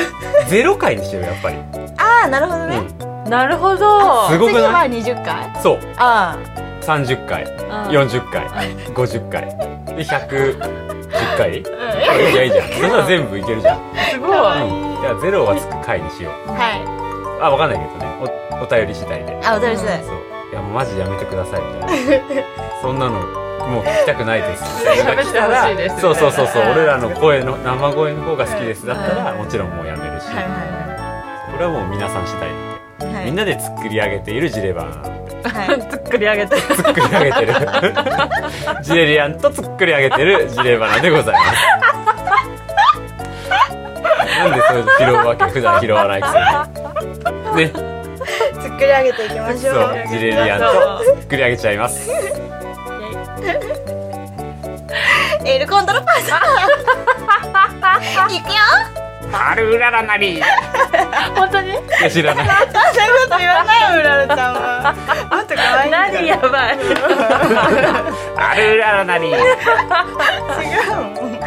[SPEAKER 2] ゼロ回にしようやっぱり、う
[SPEAKER 3] ああなるほどね、
[SPEAKER 2] ん、
[SPEAKER 4] なるほど
[SPEAKER 2] すごく
[SPEAKER 3] 次は
[SPEAKER 2] ない
[SPEAKER 3] 20回
[SPEAKER 2] そう
[SPEAKER 3] あ
[SPEAKER 2] 30回
[SPEAKER 4] うん
[SPEAKER 2] 40回50回で110回いやいいじゃんそんなの全部いけるじゃん、うん、
[SPEAKER 4] すごい
[SPEAKER 2] じゃあゼロはつく回にしよ
[SPEAKER 3] あ
[SPEAKER 2] う
[SPEAKER 3] はい
[SPEAKER 2] あ分かんないけどねおお便り次第で
[SPEAKER 3] あお便り次第
[SPEAKER 2] [laughs] そういやもうマジやめてくださいみたいなそんなのもう聞きたくないですみたいなのが来た
[SPEAKER 4] 喋ってほしいで
[SPEAKER 2] ら
[SPEAKER 4] すみたい
[SPEAKER 2] そう
[SPEAKER 4] な
[SPEAKER 2] そうそうそう
[SPEAKER 4] はい
[SPEAKER 2] 俺らの声の生声の方が好きですだった
[SPEAKER 4] は
[SPEAKER 2] ら
[SPEAKER 4] い
[SPEAKER 2] もちろんもうやめるしこ
[SPEAKER 3] はいは
[SPEAKER 2] れはもう皆さん次第
[SPEAKER 3] いはい
[SPEAKER 2] みんなで作り上げているジレバン
[SPEAKER 3] はい
[SPEAKER 4] 作り上げて
[SPEAKER 2] 作り上げてる [laughs] ジレリアンと作り上げてるジレバナでございます [laughs] なんでそういうの拾うわけ普段拾わないくせにね
[SPEAKER 3] 作り上げていきまし
[SPEAKER 2] そ
[SPEAKER 3] ょう
[SPEAKER 2] うジレリアンと作り上げちゃいます
[SPEAKER 3] エルコントロパス
[SPEAKER 2] [laughs]
[SPEAKER 3] いくよ
[SPEAKER 2] あるうららなりい
[SPEAKER 4] [laughs] 本
[SPEAKER 2] [laughs]
[SPEAKER 4] 当に
[SPEAKER 2] や知らな
[SPEAKER 3] [laughs]
[SPEAKER 2] い
[SPEAKER 3] そんなこと言わないようららちゃんは [laughs] もっと可愛いんだよ
[SPEAKER 4] 何やば
[SPEAKER 2] [laughs]
[SPEAKER 4] い
[SPEAKER 2] あるうららなり
[SPEAKER 3] 違うもん
[SPEAKER 2] ね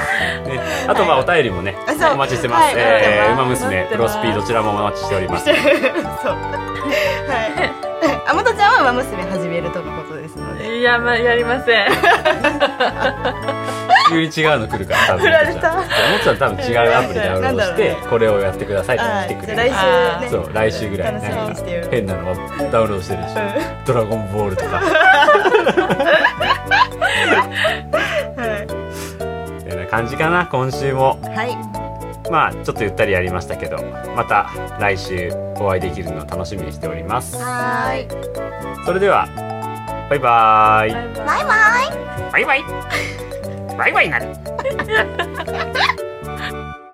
[SPEAKER 2] あとまあお便りもね、
[SPEAKER 3] そう
[SPEAKER 2] お待ちしてます。
[SPEAKER 3] はい
[SPEAKER 2] えー、馬
[SPEAKER 4] 待ってます
[SPEAKER 2] 娘、プロスピーどちらもお待ちしております。 [laughs]
[SPEAKER 3] そう。はい。 [laughs] あもとちゃんは馬娘始めるとのことですので。
[SPEAKER 4] いやまあやり [laughs] ません
[SPEAKER 2] 急に違うの来るから、多分。
[SPEAKER 3] 振られた
[SPEAKER 2] もっちゃん多分違うアプリダウンロードして、これをやってください
[SPEAKER 3] は
[SPEAKER 2] って
[SPEAKER 3] い。
[SPEAKER 2] 来て
[SPEAKER 3] じゃあ
[SPEAKER 2] くれる。
[SPEAKER 3] 来週ね。
[SPEAKER 2] そう、来週ぐらい
[SPEAKER 3] 楽しみにしてよ
[SPEAKER 2] 変なのをダウンロードしてるでしょ。ドラゴンボールとか、
[SPEAKER 3] は
[SPEAKER 2] みたいな感じかな、今週も。
[SPEAKER 3] い。はい。
[SPEAKER 2] まあ、ちょっとゆったりやりましたけど、また来週お会いできるのを楽しみにしております。
[SPEAKER 3] はーい。
[SPEAKER 2] それでは、バイバーイ。
[SPEAKER 3] バイバイ。
[SPEAKER 2] バイバイ。バイバイなり。